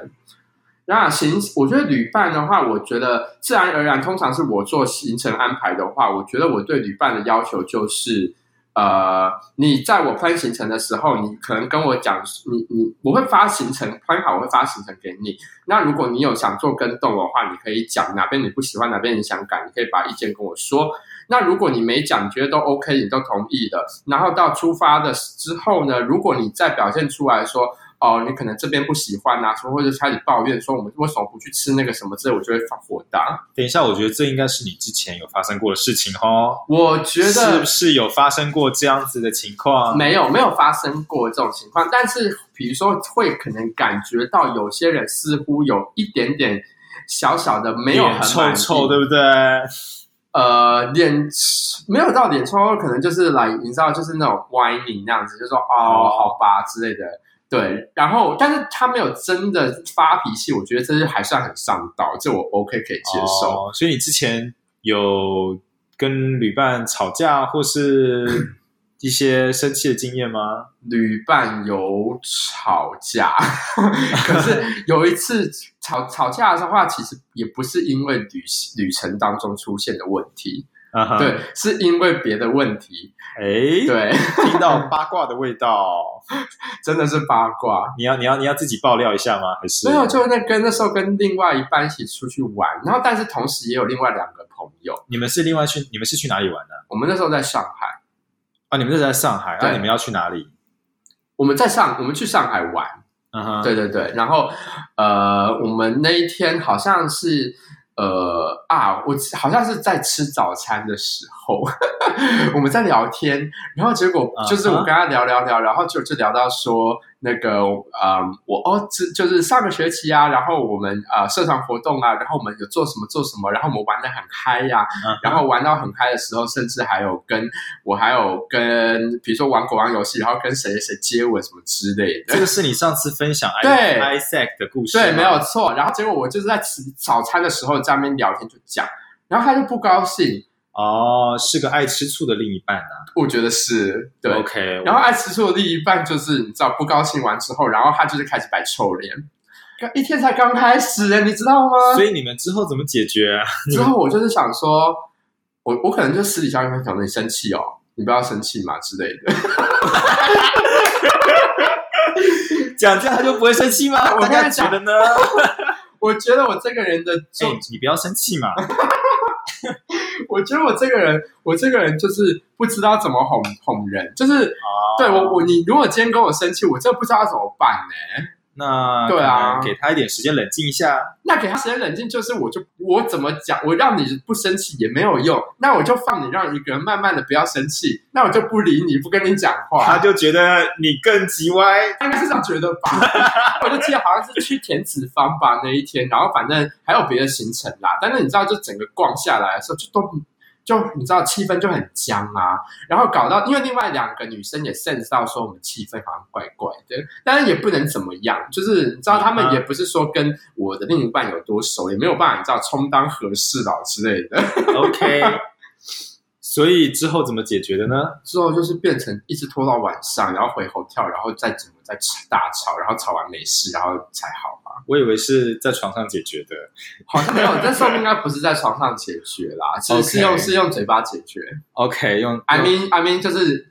B: 那行，我觉得旅伴的话，我觉得自然而然，通常是我做行程安排的话，我觉得我对旅伴的要求就是，呃，你在我plan 行程的时候，你可能跟我讲，你你我会发行程 plan 好，我会发行程给你。那如果你有想做跟动的话，你可以讲哪边你不喜欢，哪边你想改，你可以把意见跟我说。那如果你没讲，你觉得都 OK，你都同意的，然后到出发的之后呢，如果你再表现出来说，哦，你可能这边不喜欢啊，说或者开始抱怨说我们为什么不去吃那个什么之类，我就会发火大。
A: 等一下，我觉得这应该是你之前有发生过的事情哦。
B: 我觉
A: 是
B: 得
A: 不是有发生过这样子的情况？
B: 没有没有发生过这种情况，但是比如说会可能感觉到有些人似乎有一点点小小的没有很
A: 脸臭
B: 满意
A: 臭，对不对？
B: 呃，脸没有到脸臭，可能就是来，你知道，就是那种 whining 那样子，就说哦，
A: 哦嗯
B: 好吧之类的。对，然后但是他没有真的发脾气，我觉得这是还算很上道，这我 OK 可以接受。
A: 哦。所以你之前有跟旅伴吵架或是一些生气的经验吗？
B: 旅伴有吵架， 可是有一次吵吵架的话，其实也不是因为旅旅程当中出现的问题，
A: 啊哈，
B: 对，是因为别的问题，
A: 哎，
B: 对，
A: 听到八卦的味道，
B: 真的是八卦。
A: 你要你要你要自己爆料一下吗？还是
B: 没有，就那跟那时候跟另外一半一起出去玩，然后但是同时也有另外两个朋友，
A: 你们是另外去，你们是去哪里玩呢？
B: 我们那时候在上海，
A: 啊，你们是在上海，
B: 对
A: 那你们要去哪里？
B: 我们在上我们去上海玩，
A: 嗯哼，
B: 对对对，然后呃，我们那一天好像是呃啊，我好像是在吃早餐的时候， 我们在聊天，然后结果就是我跟他聊聊聊，然后就就聊到说那个呃，我哦，这就是上个学期啊，然后我们呃社团活动啊，然后我们有做什么做什么，然后我们玩的很嗨呀、
A: 嗯
B: 然后玩到很嗨的时候，甚至还有跟我还有跟比如说玩国王游戏，然后跟谁谁谁接吻什么之类的
A: 这。个是你上次分享 i
B: 对
A: Isaac 的故事吗，
B: 对，没有错。然后结果我就是在吃早餐的时候在那边聊天就讲，然后他就不高兴，
A: 哦，是个爱吃醋的另一半啊。
B: 我觉得是对。
A: OK，
B: 然后爱吃醋的另一半就是你知道不高兴完之后，然后他就是开始摆臭脸，刚一天才刚开始，你知道吗？
A: 所以你们之后怎么解决啊？
B: 之后我就是想说，我我可能就私底下跟他讲，你生气哦，你不要生气嘛之类的。
A: 讲这样他就不会生气吗？
B: 我
A: 大
B: 跟
A: 家
B: 你
A: 觉
B: 讲
A: 得呢？
B: 我觉得我这个人的
A: 哎
B: 重，
A: 你不要生气 嘛。
B: 我觉得我这个人，我这个人就是不知道怎么哄哄人，就是
A: 啊
B: 对我我你如果今天跟我生气，我真的不知道怎么办欸呢、
A: 那
B: 对啊
A: 可能给他一点时间冷静一下。
B: 那给他时间冷静，就是我就我怎么讲，我让你不生气也没有用，那我就放你让一个人慢慢的不要生气，那我就不理你，不跟你讲话。
A: 他就觉得你更急歪，
B: 他应该是这样觉得吧？ 我就记得好像是去田子坊吧那一天，然后反正还有别的行程啦。但是你知道，就整个逛下来的时候，就都就你知道气氛就很僵啊。然后搞到因为另外两个女生也 sense 到说我们气氛好像怪怪的，但是也不能怎么样，就是你知道他们也不是说跟我的另一半有多熟，也没有办法你知道充当和事佬之类的。
A: OK，所以之后怎么解决的呢？
B: 之后就是变成一直拖到晚上，然后回猴跳，然后再整个再吵大吵，然后吵完没事，然后才好。
A: 我以为是在床上解决的。
B: 好像没有，但是应该不是在床上解决啦，是
A: OK
B: 是用是用嘴巴解决。
A: OK，用
B: I mean I mean 就是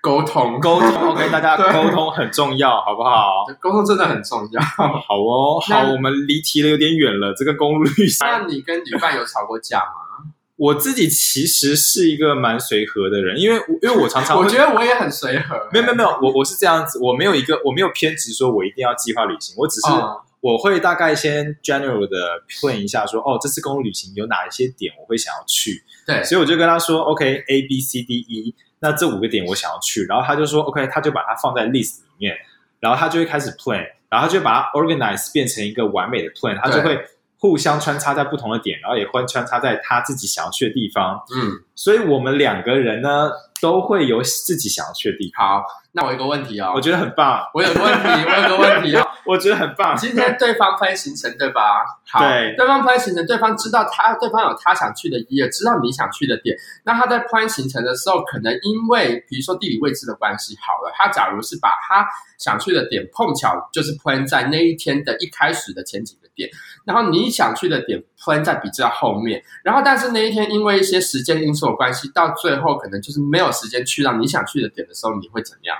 B: 沟通，
A: 沟 通。OK，大家
B: 对
A: 沟通很重要，好不好？
B: 沟通真的很重要。
A: 好哦，好，
B: 那
A: 我们离题的有点远了。这个公路旅 行，
B: 那你跟女伴有吵过架吗？
A: 我自己其实是一个蛮随和的人，因为我因为我常常
B: 我
A: 会
B: 觉得我也很随和，
A: 没有没有没有，我我是这样子，我没有一个我没有偏执说我一定要计划旅行，我只是
B: 哦
A: 我会大概先 general 的 plan 一下说，哦，这次公路旅行有哪一些点我会想要去，
B: 对，
A: 所以我就跟他说，OK A B C D E，那这五个点我想要去，然后他就说 OK，他就把它放在 list 里面，然后他就会开始 plan，然后他就会把它 organize 变成一个完美的 plan，他就
B: 对
A: 会互相穿插在不同的点，然后也会穿插在他自己想要去的地方，
B: 嗯，
A: 所以我们两个人呢都会有自己想要去的地方。
B: 好，那我有个问题哦
A: 我，觉得很棒，
B: 我有个问题，我有个问题哦。
A: 我觉得很棒。
B: 今天对方拍行程对吧？好，
A: 对
B: 对方拍行程，对方知道他对方有他想去的地，也知道你想去的点。那他在拍行程的时候，可能因为比如说地理位置的关系，好了，他假如是把他想去的点碰巧就是 plan 在那一天的一开始的前几个点，然后你想去的点 plan 在比较后面，然后但是那一天因为一些时间因素的关系，到最后可能就是没有时间去到你想去的点的时候，你会怎样？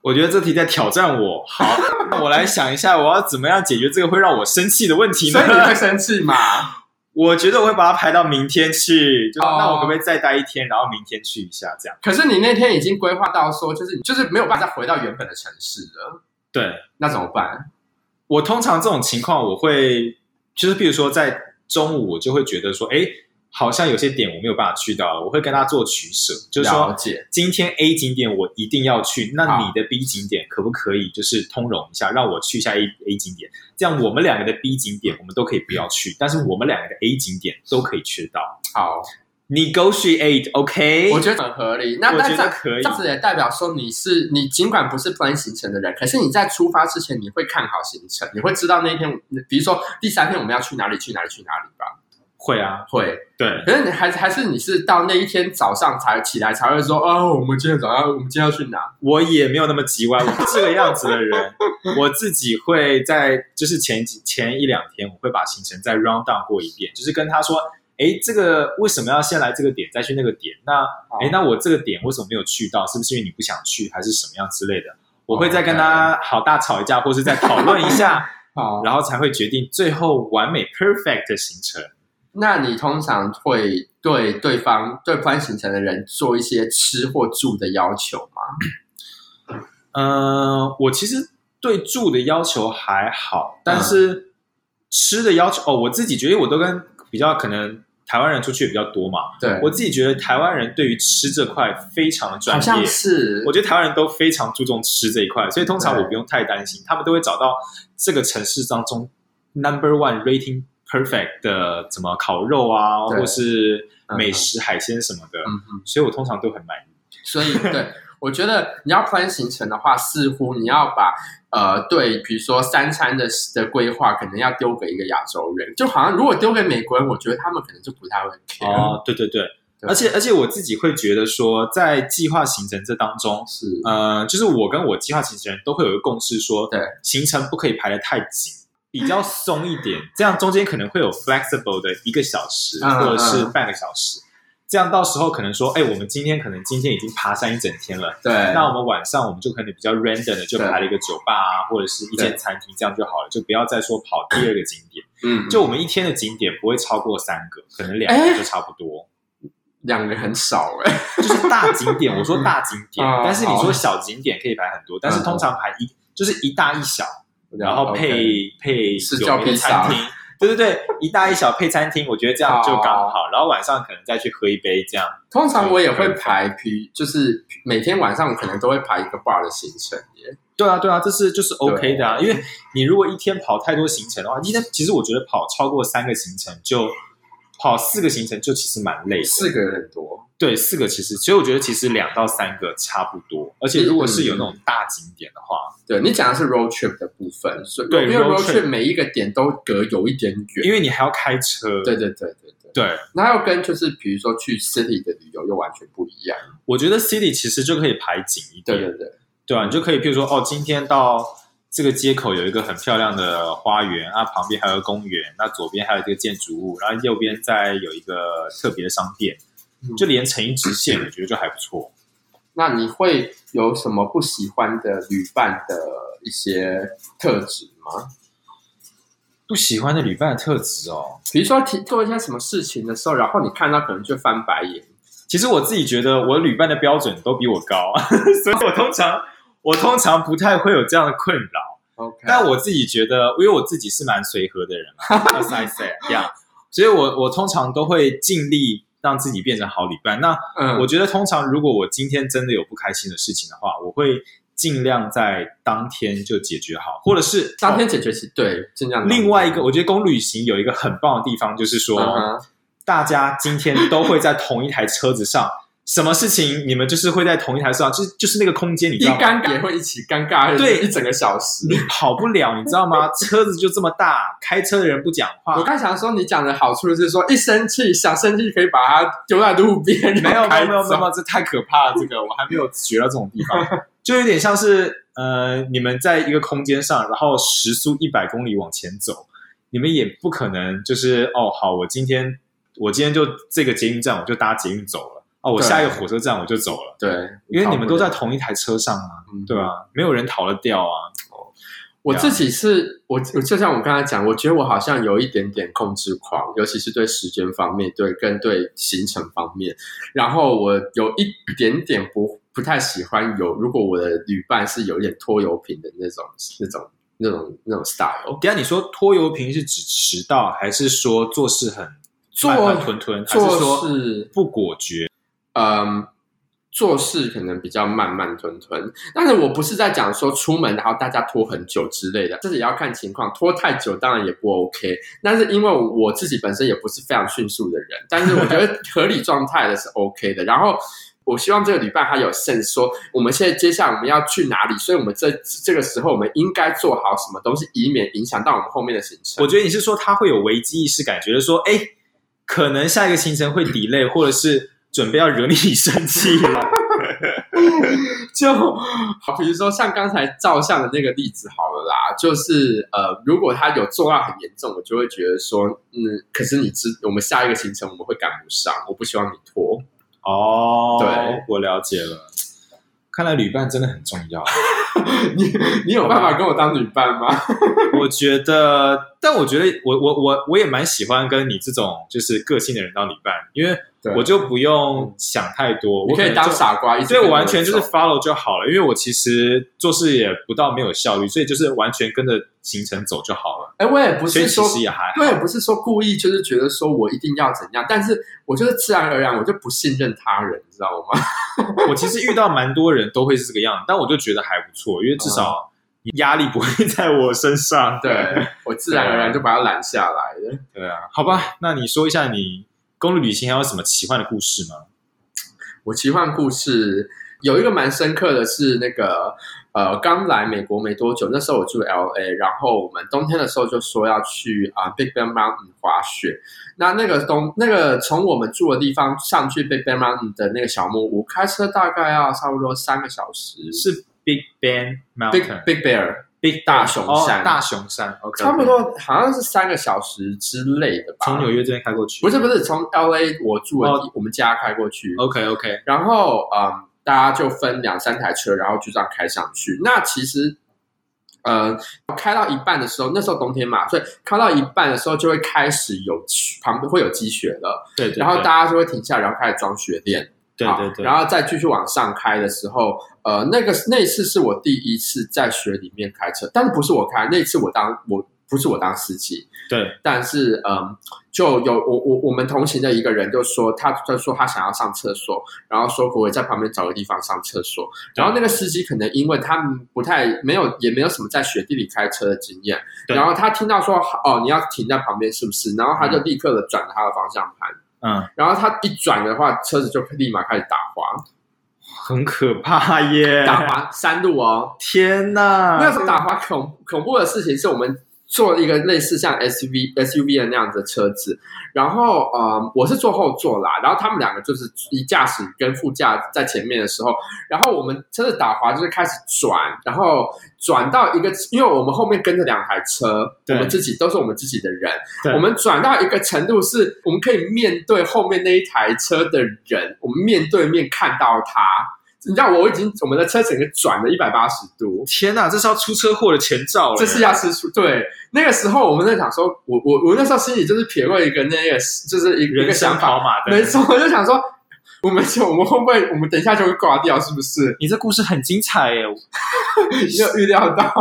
A: 我觉得这题在挑战我。好， 那我来想一下，我要怎么样解决这个会让我生气的问题呢
B: 所以？你会生气嘛？
A: 我觉得我会把它排到明天去，就是、
B: 哦
A: 那我可不可以再待一天，然后明天去一下这样？
B: 可是你那天已经规划到说，就是就是没有办法再回到原本的城市了，
A: 对
B: 那怎么办？
A: 我通常这种情况，我会就是比如说在中午，我就会觉得说，哎，好像有些点我没有办法去到了，我会跟他做取舍，就是
B: 了
A: 说。
B: 解，
A: 今天 A 景点我一定要去，那
B: 好
A: 你的 B 景点可不可以就是通融一下，让我去一下 A A 景点？这样我们两个的 B 景点我们都可以不要
B: 嗯
A: 去，但是我们两个的 A 景点都可以去到。
B: 好，
A: Negotiate，OK？、
B: 我觉得很合理。那
A: 我
B: 那
A: 觉
B: 这
A: 得
B: 样
A: 可
B: 这
A: 以。
B: 样子也代表说你是你尽管不是 plan 行程的人，可是你在出发之前你会看好行程，你会知道那一天，比如说第三天我们要去哪里去哪里去哪里吧？
A: 会啊，
B: 会，
A: 对，
B: 可是你还还是你是到那一天早上才起来才会说，哦，我们今天早上我们今天要去哪？
A: 我也没有那么急歪，我不是这个样子的人。 我自己会在就是前几前一两天，我会把行程再 round down 过一遍，就是跟他说，哎，这个为什么要先来这个点，再去那个点？那
B: 好
A: 哎，那我这个点为什么没有去到？是不是因为你不想去，还是什么样之类的？我会再跟他好大吵一架，或是再讨论一下，
B: 好，
A: 然后才会决定最后完美 perfect 的行程。
B: 那你通常会对对方对 plan 行程的人做一些吃或住的要求吗？
A: 呃，我其实对住的要求还好，
B: 嗯
A: 但是吃的要求哦，我自己觉得我都跟比较可能台湾人出去也比较多嘛，
B: 对，
A: 我自己觉得台湾人对于吃这块非常的专
B: 好像
A: 业。
B: 是
A: 我觉得台湾人都非常注重吃这一块，所以通常
B: 对
A: 我不用太担心，他们都会找到这个城市当中 number one rating perfect 的怎么烤肉啊，
B: 对
A: 或是
B: 嗯
A: 美食、海鲜什么的，
B: 嗯嗯，
A: 所以我通常都很满意。
B: 所以对，我觉得你要 plan 行程的话，似乎你要把呃对，比如说三餐的的规划，可能要丢给一个亚洲人，就好像如果丢给美国人，我觉得他们可能就不太会 care，、
A: 哦，对对对，
B: 对
A: 而且而且我自己会觉得说，在计划行程这当中，
B: 是
A: 呃，就是我跟我计划行程人都会有一个共识说，
B: 对，
A: 行程不可以排得太紧，比较松一点，这样中间可能会有 flexible 的一个小时
B: 嗯
A: 或者是
B: 嗯
A: 半个小时，这样到时候可能说，哎，我们今天可能今天已经爬山一整天了，
B: 对，
A: 那我们晚上我们就可能比较 random 的就
B: 对
A: 爬了一个酒吧啊，或者是一间餐厅，这样就好了，就不要再说跑第二个景点。
B: 嗯，
A: 就我们一天的景点不会超过三个，可能两
B: 哎
A: 个就差不多。
B: 两个很少哎、
A: 就是大景点，我说大景点
B: 嗯，
A: 但是你
B: 好
A: 说小景点可以排很多，但是通常排一就是一大一小，然 后
B: OK
A: 配配
B: 是
A: 有名
B: 叫
A: 的
B: 披萨
A: 餐厅。对对对，一大一小配餐厅，我觉得这样就刚好。然后晚上可能再去喝一杯，这样
B: 通常我也会排批，就是每天晚上我可能都会排一个 bar 的行程耶。
A: 对啊，对啊，这是就是 OK
B: 对
A: 的啊，因为你如果一天跑太多行程的话，一天其实我觉得跑超过三个行程就跑四个行程就其实蛮累的，
B: 四个人多，
A: 对四个其实，所以我觉得其实两到三个差不多，而且如果是有那种大景点的话，
B: 对你讲的是 road trip 的部分，所以
A: 对
B: 因为
A: road
B: road
A: trip
B: trip 每一个点都隔有一点远，
A: 因为你还要开车，
B: 对对对对对，
A: 对，
B: 那要跟就是比如说去 city 的旅游又完全不一样，
A: 我觉得 city 其实就可以排紧一
B: 对
A: 点，
B: 对对，
A: 对啊，你就可以，譬如说，哦，今天到这个街口有一个很漂亮的花园啊，旁边还有个公园，那左边还有这个建筑物，然后右边再有一个特别的商店，
B: 嗯
A: 就连成一直线，我觉得就还不错。
B: 那你会有什么不喜欢的旅伴的一些特质吗？
A: 不喜欢的旅伴的特质哦，
B: 比如说提做一些什么事情的时候，然后你看到可能就翻白眼，
A: 其实我自己觉得我旅伴的标准都比我高， 所以我通常我通常不太会有这样的困扰。
B: OK，
A: 但我自己觉得，因为我自己是蛮随和的人 嘛，as I say，yeah，所以我我通常都会尽力让自己变成好旅伴。那
B: 嗯
A: 我觉得通常如果我今天真的有不开心的事情的话，我会尽量在当天就解决好，或者是哦
B: 当天解决其对，尽量
A: 另外一个，我觉得公路旅行有一个很棒的地方，就是说、
B: 嗯哼
A: 大家今天都会在同一台车子上，什么事情你们就是会在同一台车上，就是就是那个空间，你
B: 一
A: 知道吗？
B: 尴尬也会一起尴尬，
A: 对
B: 一整个小时。
A: 你跑不了，你知道吗？车子就这么大，开车的人不讲话，
B: 我刚想说，你讲的好处是说，一生气想生气可以把它丢在路边，
A: 没有
B: 然后
A: 没
B: 开啊
A: 有没有
B: 走
A: 没有，这太可怕了，这个我还没有学到这种地方， 就有点像是呃，你们在一个空间上，然后时速一百公里往前走，你们也不可能就是哦，好，我今天我今天就这个捷运站我就搭捷运走了，哦，我
B: 对
A: 下一个火车站我就走了，
B: 对，
A: 因为你们都在
B: 跑
A: 同一台车上啊，
B: 不了，
A: 对
B: 嗯
A: 啊，没有人逃得掉啊，
B: 我自己是我，我就像我刚才讲，我觉得我好像有一点点控制狂，尤其是对时间方面，对跟对行程方面。然后我有一点点不不太喜欢有，如果我的旅伴是有一点拖油瓶的那种、那种、那种、那种
A: 等
B: style，
A: 一下你说拖油瓶是指迟到，还是说做事很
B: 做
A: 慢慢吞吞，还是
B: 做
A: 说
B: 事
A: 不果决？
B: 嗯，做事可能比较慢慢吞吞，但是我不是在讲说出门然后大家拖很久之类的，这也要看情况，拖太久当然也不 OK。但是因为我自己本身也不是非常迅速的人，但是我觉得合理状态的是 OK 的。然后。我希望这个旅伴他有 sense 说，我们现在接下来我们要去哪里，所以我们这这个时候我们应该做好什么东西，以免影响到我们后面的行程。
A: 我觉得你是说他会有危机意识感，觉得说，哎，可能下一个行程会 delay，或者是准备要惹你生气了。
B: 就好，比如说像刚才照相的那个例子好了啦，就是呃，如果他有做到很严重，我就会觉得说，嗯，可是你知我们下一个行程我们会赶不上，我不希望你拖。
A: 哦，
B: 对，
A: 我了解了。看来旅伴真的很重要。
B: 你你有办法跟我当女伴吗？
A: 我觉得，但我觉得我我我我也蛮喜欢跟你这种就是个性的人当旅伴，因为
B: 对
A: 我就不用想太多，
B: 你
A: 我
B: 可以
A: 能
B: 当
A: 就
B: 傻瓜，一直
A: 所以我
B: 跟着
A: 完全就是
B: 走
A: follow 就好了，因为我其实做事也不到没有效率，所以就是完全跟着行程走就好了。
B: 哎，我也不
A: 所以
B: 是
A: 其
B: 说
A: 实也还好
B: 对，我不是说故意，就是觉得说我一定要怎样，但是我就是自然而然，我就不信任他人，你知道吗？
A: 我其实遇到蛮多人都会是这个样子，但我就觉得还不错，因为至少压力不会在我身上。
B: 哦对啊我自然而然就把他揽下来了。
A: 对啊，好吧，那你说一下你公路旅行还有什么奇幻的故事吗？
B: 我奇幻故事有一个蛮深刻的是那个呃，刚来美国没多久，那时候我住 L A，然后我们冬天的时候就说要去啊、Big Bend Mountain 滑雪。那那个东那个从我们住的地方上去 Big Bend Mountain 的那个小木屋，开车大概要差不多三个小时。
A: 是 Big Bang
B: Big
A: Mountain
B: Big Bear
A: Big
B: 大熊山
A: 哦大熊山，OK，
B: 差不多好像是三个小时之类的吧。
A: 从纽约这边开过去，
B: 不是不是从 L A 我住的地、
A: 哦
B: 我们家开过去，
A: ，OK OK，
B: 然后嗯，大家就分两三台车，然后就这样开上去。那其实。呃，开到一半的时候，那时候冬天嘛，所以开到一半的时候就会开始有雪旁边会有积雪了，
A: 对对，
B: 然后
A: 对
B: 大家就会停下来，然后开始装雪链。
A: 对
B: 好
A: 对对，
B: 然后再继续往上开的时候，呃，那个那一次是我第一次在雪里面开车，但是不是我开，那一次我当我不是我当司机，
A: 对
B: 但是嗯，就有我我我们同行的一个人就说他他说他想要上厕所，然后说可不可以在旁边找个地方上厕所，然后那个司机可能因为他不太没有也没有什么在雪地里开车的经验，
A: 对
B: 然后他听到说哦你要停在旁边是不是，然后他就立刻的转了他的方向盘，
A: 嗯，
B: 然后他一转的话，车子就立马开始打滑。
A: 很可怕耶！
B: 打滑山路哦。
A: 天呐，
B: 那时候打滑恐恐怖的事情是我们坐一个类似像 SUV SUV 的那样子的车子，然后呃，我是坐后座啦，然后他们两个就是一驾驶跟副驾在前面的时候，然后我们车子打滑就是开始转，然后转到一个，因为我们后面跟着两台车，我
A: 对
B: 们自己都是我们自己的人，
A: 对
B: 我们转到一个程度是我们可以面对后面那一台车的人，我们面对面看到他。你知道我已经我们的车整个转了一百八十度，
A: 天呐，这是要出车祸的前兆了，
B: 这是要吃醋。对，那个时候我们在想说，我我我那时候心里就是撇过一个那个，就是一个一
A: 人
B: 个
A: 生
B: 想
A: 跑
B: 法，
A: 马灯。
B: 没错，我就想说，我们就我们会不会我们等一下就会挂掉，是不 是？
A: 你这故事很精彩耶！
B: 没有预料 到，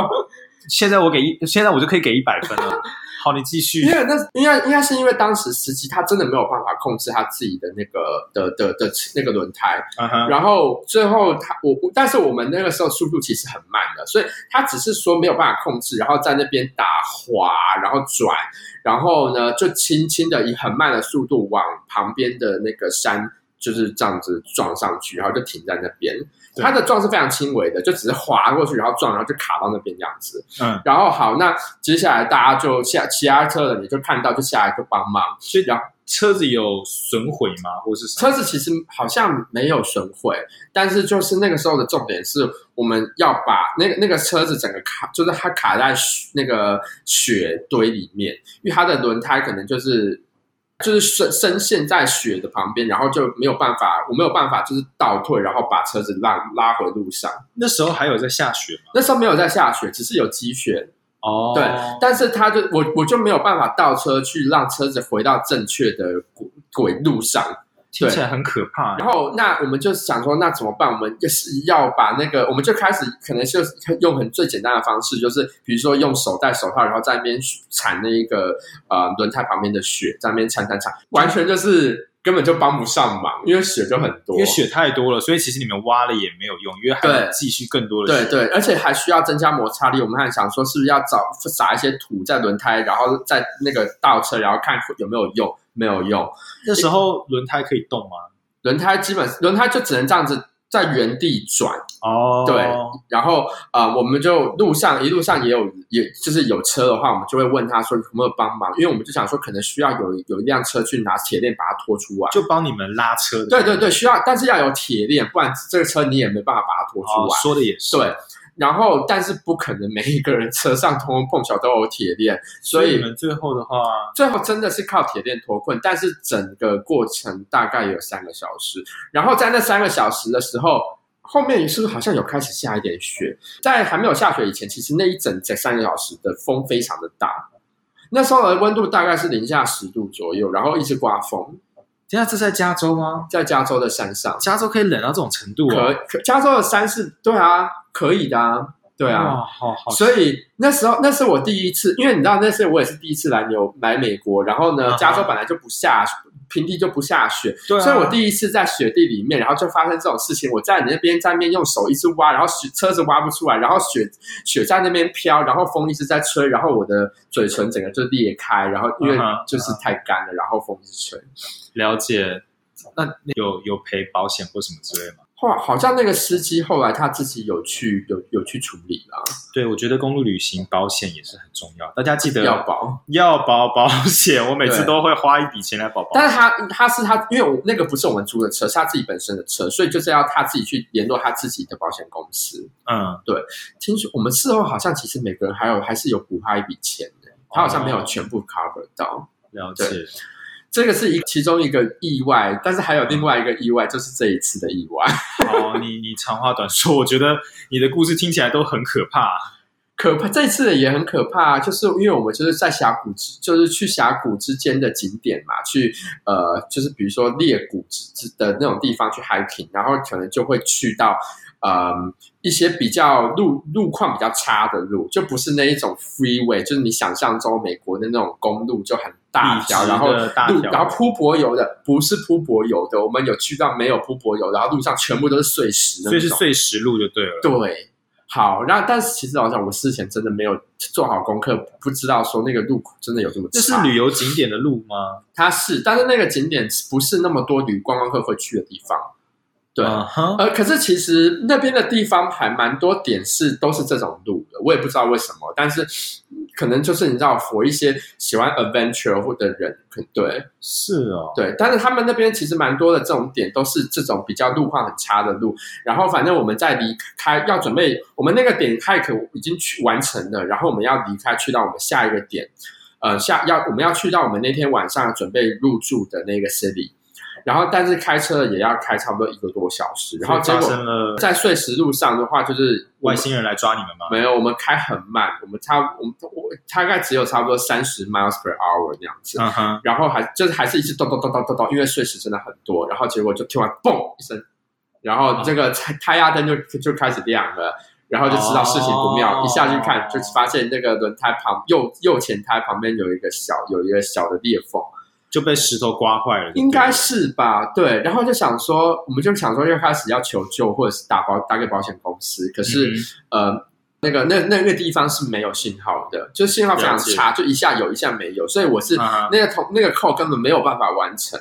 A: 现在我给一，现在我就可以给一百分了。 好，你继续
B: 因。为那应该应该是因为当时司机他真的没有办法控制他自己的那个的的的那个轮胎，
A: 嗯哼，
B: 然后最后他我我但是我们那个时候速度其实很慢的，所以他只是说没有办法控制，然后在那边打滑，然后转，然后呢就轻轻的以很慢的速度往旁边的那个山就是这样子撞上去，然后就停在那边。
A: 对
B: 他的撞是非常轻微的，就只是滑过去，然后撞，然后就卡到那边这样子。
A: 嗯，
B: 然后好，那接下来大家就下其他车的你就看到就下来就帮忙，然后。
A: 车子有损毁吗？或是什么？
B: 车子其实好像没有损毁，但是就是那个时候的重点是，我们要把那个那个车子整个卡，就是它卡在雪那个雪堆里面，因为它的轮胎可能就是就是深深陷在雪的旁边，然后就没有办法，我没有办法就是倒退，然后把车子拉拉回路上。
A: 那时候还有在下雪吗？
B: 那时候没有在下雪，只是有积雪，
A: 哦，
B: 对，但是他就我我就没有办法倒车去让车子回到正确的轨轨路上。
A: 听起来很可怕。
B: 然后那我们就想说，那怎么办？我们就是要把那个，我们就开始可能就是用很最简单的方式，就是比如说用手戴手套，然后在那边铲那一个呃轮胎旁边的雪，在那边铲铲铲，完全就是根本就帮不上忙，因为雪就很多，
A: 因为雪太多了，所以其实你们挖了也没有用，因为还
B: 对
A: 有继续更多的
B: 对
A: 雪。
B: 对，而且还需要增加摩擦力。我们还想说，是不是要找撒一些土在轮胎，然后在那个倒车，然后看有没有用？没有用，
A: 那时候轮胎可以动吗？
B: 轮胎基本轮胎就只能这样子在原地转。
A: 哦，
B: 对然后呃，我们就路上一路上也有，也就是有车的话，我们就会问他说有没有帮忙，因为我们就想说可能需要有有一辆车去拿铁链把它拖出来。
A: 就帮你们拉车的。
B: 对对对，需要，但是要有铁链，不然这个车你也没办法把它拖出
A: 哦
B: 来。，
A: 说的也是。
B: 对，然后但是不可能每一个人车上通通碰巧都有铁链，所
A: 你
B: 以
A: 们最后的话，
B: 最后真的是靠铁链脱困，但是整个过程大概有三个小时。然后在那三个小时的时候，后面是不是好像有开始下一点雪？在还没有下雪以前，其实那一整整三个小时的风非常的大。那时候的温度大概是零下十度左右，然后一直刮风，
A: 等一下这在加州吗？
B: 在加州的山上，
A: 加州可以冷到这种程度
B: 可
A: 哦？
B: 可加州的山是，对啊，可以的啊，对啊，
A: 哇，好好。
B: 所以那时候那是我第一次，因为你知道那是我也是第一次来牛来美国，然后
A: 嗯
B: 呢，
A: 哼
B: 加州本来就不下雪平地就不下雪，
A: 对啊
B: 所以我第一次在雪地里面，然后就发生这种事情。我在你那边在那边用手一直挖，然后雪车子挖不出来，然后雪雪在那边飘，然后风一直在吹，然后我的嘴唇整个就裂开，然后因
A: 嗯
B: 为
A: 哼
B: 就是太干了，然后风一直吹。
A: 了解。那有有赔保险或什么之类吗？
B: 后来好像那个司机后来他自己有去有有去处理了，
A: 对，我觉得公路旅行保险也是很重要，大家记得
B: 要保。
A: 要保保险，我每次
B: 对
A: 都会花一笔钱来保保险。
B: 但是他他是他，因为我那个不是我们租的车，是他自己本身的车，所以就是要他自己去联络他自己的保险公司。
A: 嗯，
B: 听说我们事后好像其实每个人还有还是有补他一笔钱的，他好像没有全部 cover 到。
A: 了解
B: 对。这个是一其中一个意外，但是还有另外一个意外，就是这一次的意外，
A: 好，你你长话短说，我觉得你的故事听起来都很可怕。
B: 可怕。这一次的也很可怕，就是因为我们就是在峡谷之，就是去峡谷之间的景点嘛，去呃，就是比如说裂谷之之的那种地方去 hiking，然后可能就会去到。嗯，一些比较路路况比较差的路，就不是那一种 freeway，就是你想象中美国的那种公路就很大
A: 笔直
B: 条，然后
A: 的大
B: 路，
A: 条，
B: 然后铺柏油的，不是铺柏油的，我们有去到没有铺柏油，然后路上全部都是碎石的
A: 所以
B: 那
A: 是
B: 种。
A: 碎石路就对了。
B: 对，好，那但是其实老实讲，我事前真的没有做好功课，不知道说那个路真的有这么
A: 这是
B: 差
A: 旅游景点的路吗？
B: 它是，但是那个景点不是那么多旅观光客会去的地方。对，
A: 嗯哼
B: 呃，可是其实那边的地方还蛮多点是都是这种路的，我也不知道为什么，但是嗯可能就是你知道，佛一些喜欢 adventure 或的人，可对，
A: 是哦，
B: 对，但是他们那边其实蛮多的这种点，都是这种比较路况很差的路。然后反正我们在离开要准备，我们那个点 hike 已经去完成了，然后我们要离开去到我们下一个点，呃，下要我们要去到我们那天晚上准备入住的那个 city。然后但是开车也要开差不多一个多小时，然后结
A: 所以发
B: 果
A: 生了
B: 在碎石路上的话，就是我
A: 外
B: 们
A: 星人来抓你们吗？
B: 没有，我们开很慢，我们差我们我大概只有差不多三十 miles per hour 那样子。
A: 嗯哼，
B: 然后还就是还是一直咚咚咚咚咚咚，因为碎石真的很多，然后结果就听完嘣一声，然后这个胎胎压灯就就开始亮了，然后就知道事情不妙，
A: 哦
B: 一下去看就发现那个轮胎旁右右前胎旁边有一个小有一个小的裂缝，
A: 就被石头刮坏了。
B: 应该是吧？对，然后就想说，我们就想说又开始要求救或者是打保打给保险公司，可
A: 对
B: 是。
A: 嗯
B: 呃，那个那那个地方是没有信号的，就信号非常
A: 了解
B: 差，就一下有一下没有，所以我是、
A: 啊
B: 那个同那个扣根本没有办法完成。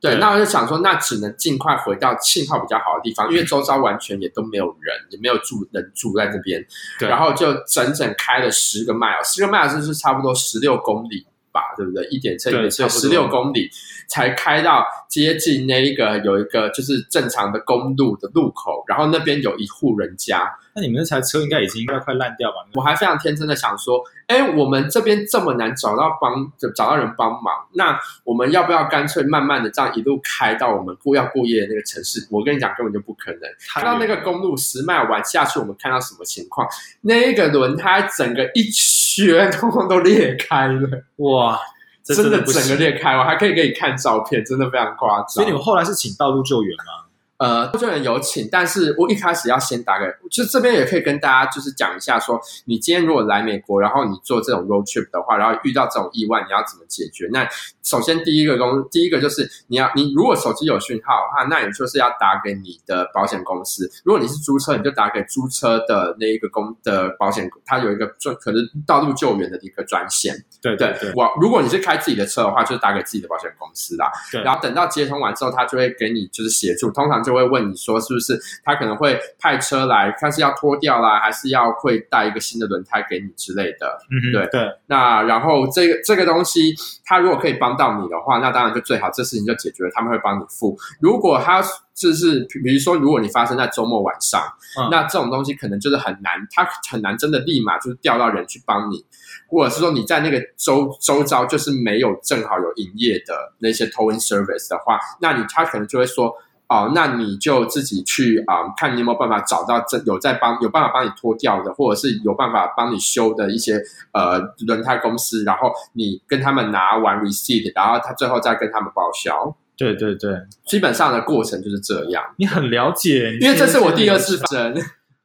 B: 对，
A: 对
B: 那我就想说，那只能尽快回到信号比较好的地方，因为周遭完全也都没有人，也没有住人住在这边，
A: 对
B: 然后就整整开了十个 mile，十个 mile 就是差不多十六公里吧，对不对？一点车
A: 对
B: 一点车，
A: 差不
B: 十
A: 多
B: 六公里才开到接近那一个有一个就是正常的公路的路口，然后那边有一户人家，
A: 那你们那台车应该已经要快烂掉吧？
B: 我还非常天真的想说，哎，我们这边这么难找到帮找到人帮忙，那我们要不要干脆慢慢的这样一路开到我们过要过夜的那个城市？我跟你讲，根本就不可能。
A: 看
B: 看到那个公路十迈完下去，我们看到什么情况？那个轮胎整个一圈通通都裂开了，
A: 哇，这
B: 真
A: 的
B: 的
A: 不
B: 整个
A: 行。
B: 裂开。我还可以给你看照片，真的非常夸
A: 所
B: 张
A: 以你。们后来是请道路救援吗？
B: 呃，救援有请，但是我一开始要先打给，就这边也可以跟大家就是讲一下说，你今天如果来美国，然后你做这种 road trip 的话，然后遇到这种意外，你要怎么解决？那首先第一个公，第一个就是你要，你如果手机有讯号的话，那你就是要打给你的保险公司。如果你是租车，你就打给租车的那一个公的保险，它有一个专，可能道路救援的一个专线。
A: 对
B: 对
A: 对，
B: 我如果你是开自己的车的话，就是打给自己的保险公司啦。
A: 对
B: 然后等到接通完之后，他就会给你就是协助，通常就会问你说是不是他可能会派车来，看是要脱掉啦，还是要会带一个新的轮胎给你之类的。
A: 嗯哼，
B: 对
A: 对，
B: 那然后这个这个东西，他如果可以帮到你的话，那当然就最好，这事情就解决了，他们会帮你付。如果他就是比如说，如果你发生在周末晚上，
A: 嗯
B: 那这种东西可能就是很难，他很难真的立马就是调到人去帮你，或者是说你在那个周周遭就是没有正好有营业的那些 towing service 的话，那你他可能就会说。哦，那你就自己去啊、嗯看你有没有办法找到这有在帮有办法帮你脱掉的，或者是有办法帮你修的一些呃轮胎公司，然后你跟他们拿完 receipt，然后他最后再跟他们报销。
A: 对对对，
B: 基本上的过程就是这样，
A: 你很了解，你
B: 因为这是我第
A: 真的
B: 二次
A: 是。
B: 发生，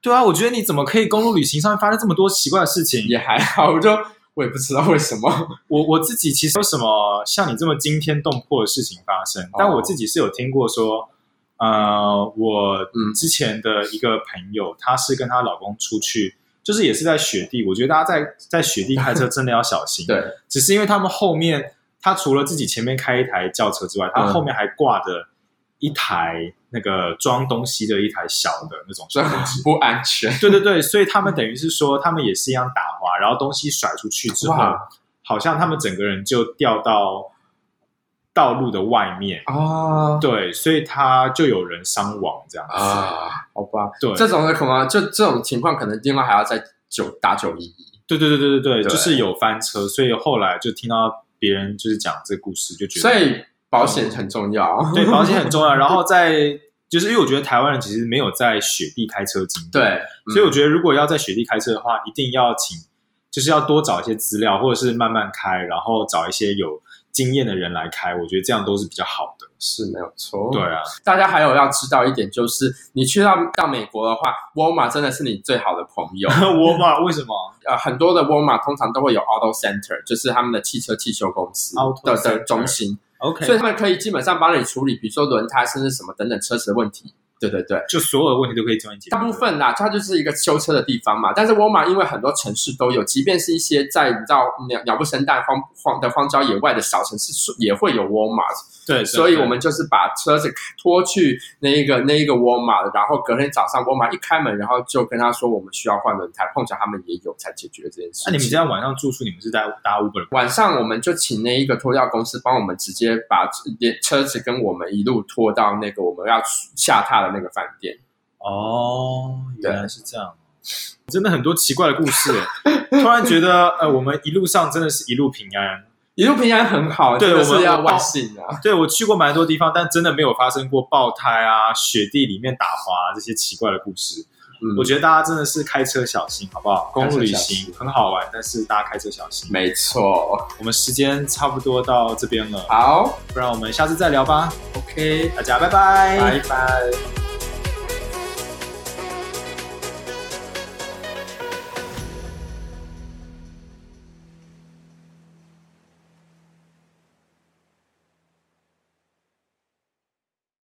A: 对啊，我觉得你怎么可以公路旅行上面发生这么多奇怪的事情？
B: 也还好，我就我也不知道为什么。
A: 我我自己其实没有什么像你这么惊天动魄的事情发生，但
B: 哦
A: 我自己是有听过说，呃，我
B: 嗯
A: 之前的一个朋友，她是跟她老公出去，就是也是在雪地，我觉得大家在在雪地 开车真的要小心，
B: 对，
A: 只是因为他们后面，他除了自己前面开一台轿车之外，他
B: 嗯
A: 后面还挂着一台那个装东西的一台小的那种
B: 这
A: 收
B: 样
A: 集
B: 很不安全。
A: 对对对，所以他们等于是说，他们也是一样打滑，然后东西甩出去之后
B: 哇，
A: 好像他们整个人就掉到道路的外面。
B: 哦
A: 对，所以他就有人伤亡这样子。
B: 啊，好吧，
A: 对
B: 这种的可能就这种情况，可能另外还要再九打九一一。
A: 对对对对对对，
B: 对
A: 就是有翻车，所以后来就听到别人就是讲这个故事，就觉得哦
B: 所以保险很重要。
A: 对保险很重要。然后在就是因为我觉得台湾人其实没有在雪地开车经验，
B: 对，
A: 所以我
B: 嗯
A: 觉得，如果要在雪地开车的话，一定要请，就是要多找一些资料，或者是慢慢开，然后找一些有经验的人来开，我觉得这样都是比较好的。
B: 是没有错。
A: 对，啊，
B: 大家还有要知道一点，就是你去到到美国的话，沃尔玛真的是你最好的朋 友。
A: 我嘛，为什么？
B: 呃，很多的沃尔玛通常都会有 Auto Center，就是他们的汽车汽修公司
A: Auto
B: 的
A: Center
B: 的中心，
A: OK，
B: 所以他们可以基本上帮你处理，比如说轮胎甚至什么等等车子的问题。对对对，
A: 就所有的问题都可以这样解决。
B: 大部分啦，它就是一个修车的地方嘛。但是沃尔玛因为很多城市都有，即便是一些在你知道鸟鸟不生蛋荒荒的荒郊野外的小城市，也会有沃尔玛。
A: 对，对
B: 所以我们就是把车子拖去那一个那一个沃尔玛，然后隔天早上沃尔玛一开门，然后就跟他说我们需要换轮胎，碰巧他们也有才解决这件事
A: 那、
B: 情。
A: 你们这样晚上住宿，你们是在搭 Uber 吗
B: 晚上我们就请那一个拖吊公司帮我们直接把连车子跟我们一路拖到那个我们要下榻的那个饭店。
A: 哦，原来是这样。真的很多奇怪的故事，突然觉得呃，我们一路上真的是一路平安。
B: 一路平安很好，
A: 对
B: 真的
A: 我
B: 是
A: 们
B: 要
A: 我
B: 万幸啊！
A: 对我去过蛮多地方，但真的没有发生过爆胎啊、雪地里面打滑、啊这些奇怪的故事。
B: 嗯
A: 我觉得大家真的是开车小心，好不好？公路旅
B: 开车小心
A: 行很好玩，但是大家开车小心。
B: 没错，
A: 我们时间差不多到这边了，
B: 好
A: 不然我们下次再聊吧。
B: ，OK，
A: 大家拜拜。
B: 拜拜。